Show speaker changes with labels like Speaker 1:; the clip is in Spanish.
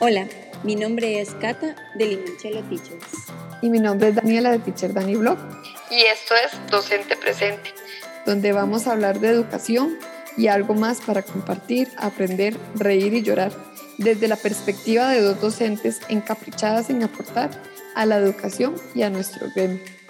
Speaker 1: Hola, mi nombre es Cata de Limoncello Teachers.
Speaker 2: Y mi nombre es Daniela de Teacher Dani Blog,
Speaker 3: Y esto es Docente Presente.
Speaker 2: donde vamos a hablar de educación y algo más para compartir, aprender, reír y llorar, desde la perspectiva de dos docentes encaprichadas en aportar a la educación y a nuestro gremio.